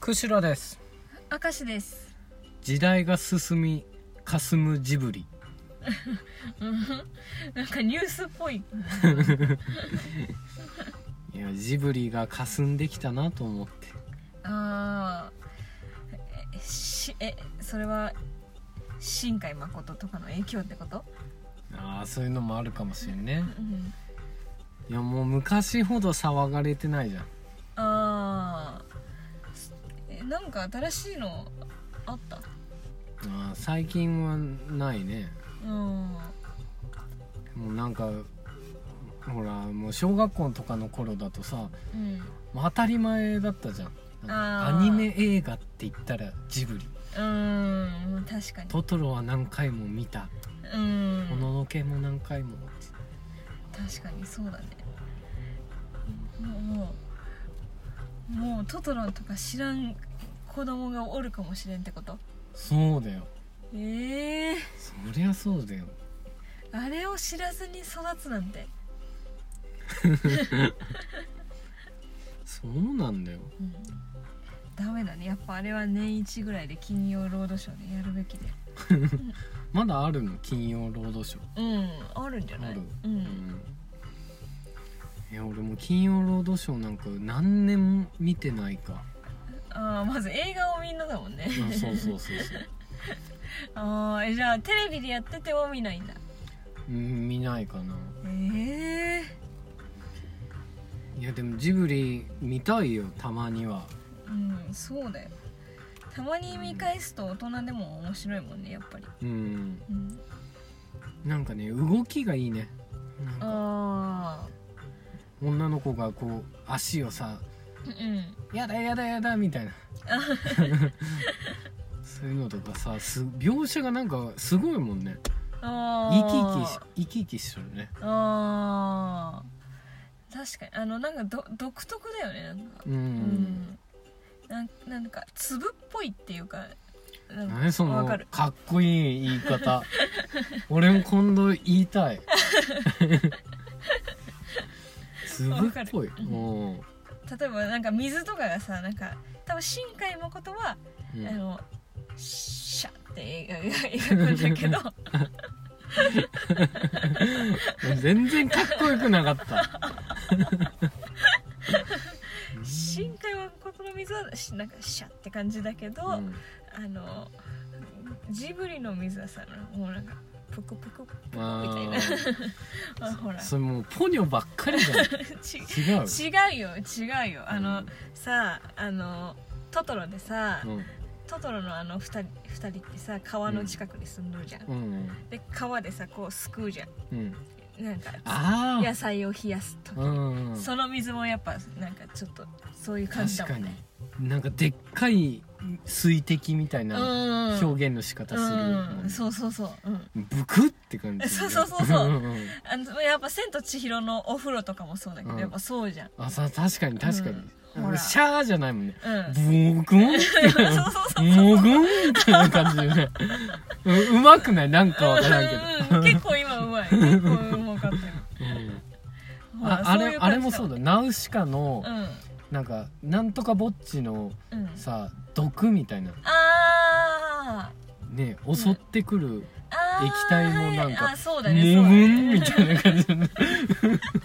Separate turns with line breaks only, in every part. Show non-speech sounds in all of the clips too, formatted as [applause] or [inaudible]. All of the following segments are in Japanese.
釧路です
明石です
時代が進み霞むジブリ
なんかニュースっぽい
いやジブリが霞んできたなと思って
あーえしえそれは新海誠とかの影響ってこと、
ああそういうのもあるかもしれんね
うん、
いやもう昔ほど騒がれてないじゃん
あーえなんか新しいのあった
あー最近はないね
うん
もうなんかほらもう小学校とかの頃だとさも
うん
う当たり前だったじゃんなんか
あー
アニメ映画って言ったらジブリ
うん確かに
トトロは何回も見た
う
も
ん
ののけも何回もって
確かにそうだねもうもうもうトトロとか知らん子供がおるかもしれんってこと
そうだよ
ええ
そりゃそうだよ
あれを知らずに育つなんて、
そうなんだよ
うん、ダメだねやっぱあれは年一ぐらいで金曜ロードショーでやるべきで
まだあるの金曜ロードショー
うんあるんじゃな
あ
い
る
うん、
いや俺も金曜ロードショーなんか何年も見てないか
ああまず映画を見んのだもんね
あそうそうそうそう
ああえじゃあテレビでやってても見ないんだ
うん見ないかな
ええ
いやでもジブリ見たいよたまには
うんそうだよたまに見返すと大人でも面白いもんねやっぱり、
うん
うん、
なんかね動きがいいねなんか
ああ
女の子がこう足をさ
うん
「やだやだやだ」みたいな [laughs] そういうのとかさす描写がなんかすごいもんね
ああ
生き生きし生き生きしてるね
あー確かにあのなんかど独特だよねなんか
うん、
うん、なんなんか粒っぽいっていうかなんか
何その
わかる
かっこいい言い方俺も今度言いた
[laughs]
い粒っぽい
わかる
うん、うん
例えばなんか水とかがさなんか多分新海誠は、あのシャッて描く描くんだけど
全然かっこよくなかった
新海誠の水はしなんかシャッて感じだけど、
うん
あのジブリの水はさもうなんかプクプク
あー
みたあほら
それもうポニョばっかりじゃ
違う
違う
ん違うよ違うよあの、
うん
さああのトトロでさ、
うん
トトロのあの2人二人ってさ川の近くに住んどるじゃん、
うん
で川でさこうすくうじゃ
うん
んなんか
あ
野菜を冷やすと
あうん
その水もやっぱなんかちょっとそういう感じだ
確
も
か
んね
になんかでっかい水滴みたいな
うん
表現の仕方するも
うんん
ね
そうそうそう、うん、
ブクって感じ
そうそうそうそうん
ん
あのやっぱ「千と千尋のお風呂」とかもそうだけど、
うん
やっぱそうじゃん
あさ確かに確かに、
うんほら
シャーじゃないもんね
うん
ブクンって
そうそうそう
モグンみたいな感じでねううまくないなんかわからんけど、
うんうん結構今うまい結構うまかったよ
うん
ほ
あ
ら
あ
そうい
れ
う
あ
感
れ
じ
もそうだナウシカの、
う
なんかなんとかぼっちの
んうん
さ毒みたいな
あ
ね襲ってくる、
ーあー
液体もなんか
あそうだ
モ
ねそう
グン
だ
み
ね
たいな感じでね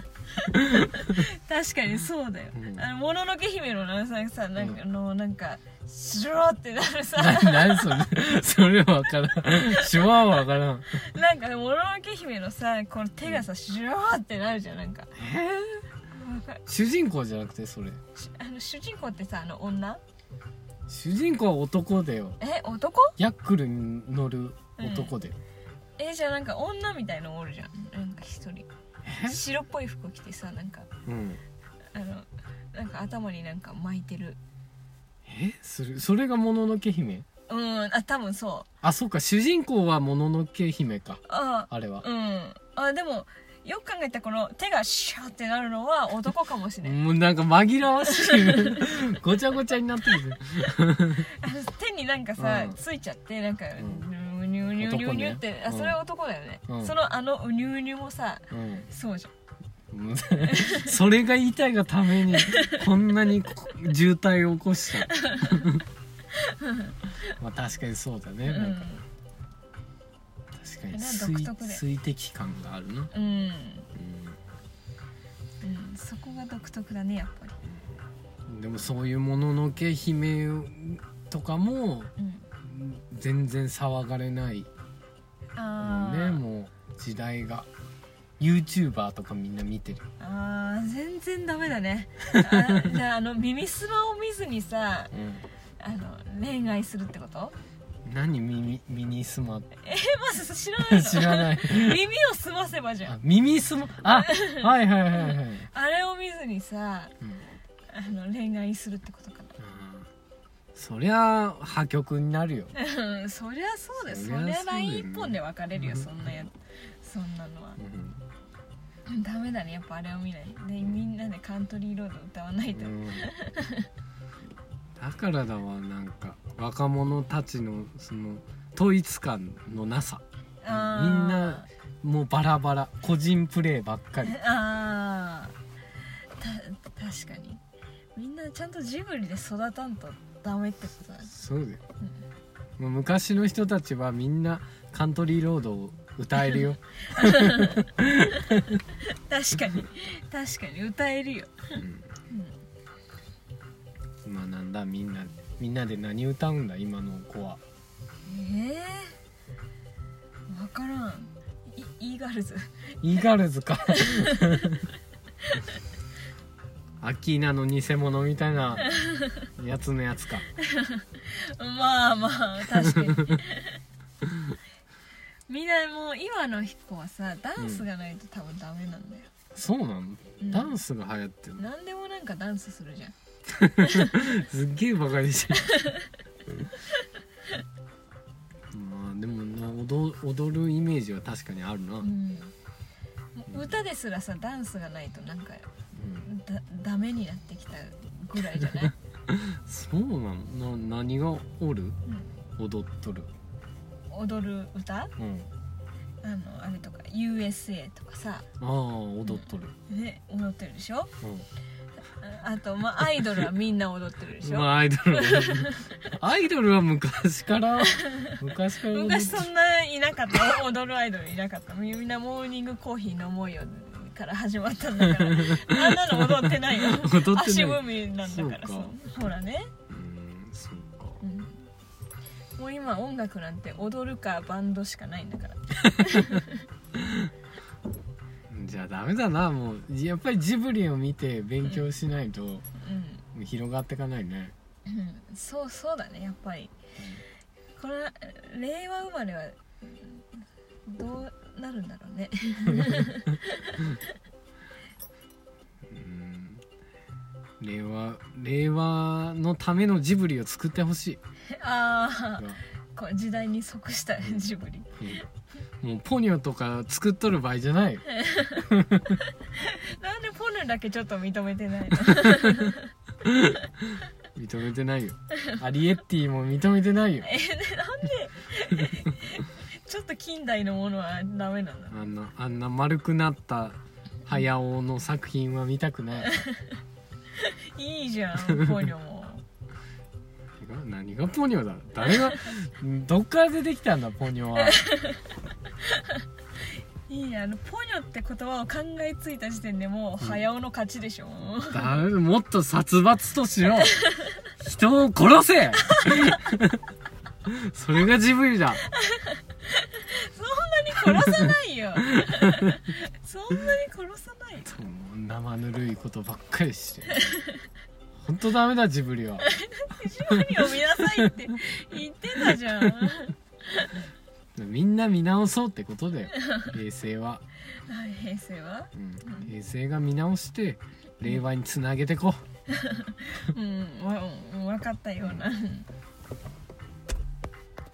[laughs] 確かにそうだよ
うん
あのもののけ姫のなささなんかあのなんかシュロってなるさ
な何それ [laughs] それわからん手話はわからん
なんかもののけ姫のさこの手がさシュロってなるじゃんなんかわかる
主人公じゃなくてそれ
しあの主人公ってさあの女
主人公は男だよ
え男
ヤックルに乗る男で、
えじゃあなんか女みたいのおるじゃんなんか一人
え
白っぽい服着てさなんか
うん
あのなんか頭になんか巻いてる
えそれそれがもののけ姫
うんあ多分そう
あそうか主人公はもののけ姫か
あ
あれは、
うんあでもよく考えたらこの手がシャーってなるのは男かもしれない
もうなんか紛らわしい [laughs] ごちゃごちゃになってる
あの [laughs] 手になんかさ、
うん
ついちゃってなんか、
ん
うにゅうにゅうにゅうにゅうにゅうっ
男ね
て、あ
うん
それは男だよね、
うん
そのあのうにゅうにゅうもさ
うん
そうじゃん
もうそれが言いたいがためにこんなにこ渋滞を起こした
[laughs]
まあ確かにそうだね、
う
なん
ん
か確かに
そ
水
れは独特で
水滴感があるな、
うん、
う
うん、そこが独特だねやっぱり
ん、でもそういうもののけ姫とかも
うん
全然騒がれないも
あ
ん
ー
ねもう時代が YouTuber とかみんな見てる
あー全然ダメ
[laughs]
だねあじゃああの耳すまを見ずにさ
う
あの恋愛するってこと
ん、何ミニミニスマって
えまず知らないの
知らない
[laughs] 耳を澄ませばじゃ
あ
ん
耳スマあはいはいはいはい、うん
あれを見ずにさあの恋愛するってことか
あーそりゃ破局になるよ
なうんそりゃそうだよそ
そ
り
りゃそうだよね
ゃライン一本で別れるよそんなやつそんなのは
う
ダメだねやっぱあれを見ないでみんなでカントリーロード歌わない
ん、
と、
うん、だからだわなんか若者たちのその統一感のなさ
あ
み
ー
んなもうバラバラ個人プレーばっかり
あーた確かにみんなちゃんとジブリで育たんとダメってことだね
そうだよ、もう昔の人たちはみんなカントリーロードを歌えるよ、
確か [laughs] に確かに歌えるよ
うん、まあなんだみんなみんなで何歌うんだ今の子は
えー、分からんイイーガルズ
イーガールズか [laughs] アキーナの偽物みたいなやつのやつか
まあまあ確
[laughs]
かにみんなもう今の子はさダンスがないと多分ダメなんだよ、
そうなの、
うん
ダンスが流行ってるの
何でもなんかダンスするじゃん
すっげえバカにしてるまあでもな踊踊るイメージは確かにあるな、
うん、歌ですらさダンスがないとなんか
うん
だダメになってきたぐらいじゃ
[laughs]
ない、
そうなのな何がおる
う
踊っとる
ん、踊る歌
うん
あのあれとか USA とかさ、
ああ踊っとる、
ね、踊ってるでしょ
う
ああと、まあ、アイドルはみんな踊ってるでし
ん、
ょ、
まあアイドルはアイドルは昔から昔から踊っ
昔
て
そんないなかった踊るアイドルいなかったみんなモーニングコーヒー飲もうよから始まったんだからあんなの踊ってないよ
[laughs] 踊ってない
足踏みなんだから
そ
さ
うか
ほらね、
うんそうか
うん、もう今音楽なんて踊るかバンドしかないんだから
じゃあダメだなもうやっぱりジブリを見て勉強しないと、
うん
広がってかないね
うんそうそうだねやっぱり、これは令和生まれはうんどうなるんだろうね [laughs]
うん令和令和のためのジブリを作ってほしい、
ああこう時代に即したジブリ
うんもうポニョとか作っとる場合じゃないよ
なんでポヌだけちょっと認めてない
認めてないよアリエッティも認めてないよ
ちょっと近代のものはダメなんだ
あんなあんな丸くなった早尾の作品は見たくない
いいじゃんポニョも
何がポニョだ誰がどっから出てきたんだポニョは
いいやあのポニョって言葉を考えついた時点でもう早尾の勝ちでしょ、
だもっと殺伐としろ人を殺せ [laughs] それがジブリだ
そんなに殺さないよそんなに殺さないよ
もう生ぬるいことばっかりして本当ダメだジブリは
ジブリを見なさいって言ってたじゃん
みんな見直そうってことだよ平成は、
平成は
うん、平成が見直して令和につなげてこう
うんわうん分かったような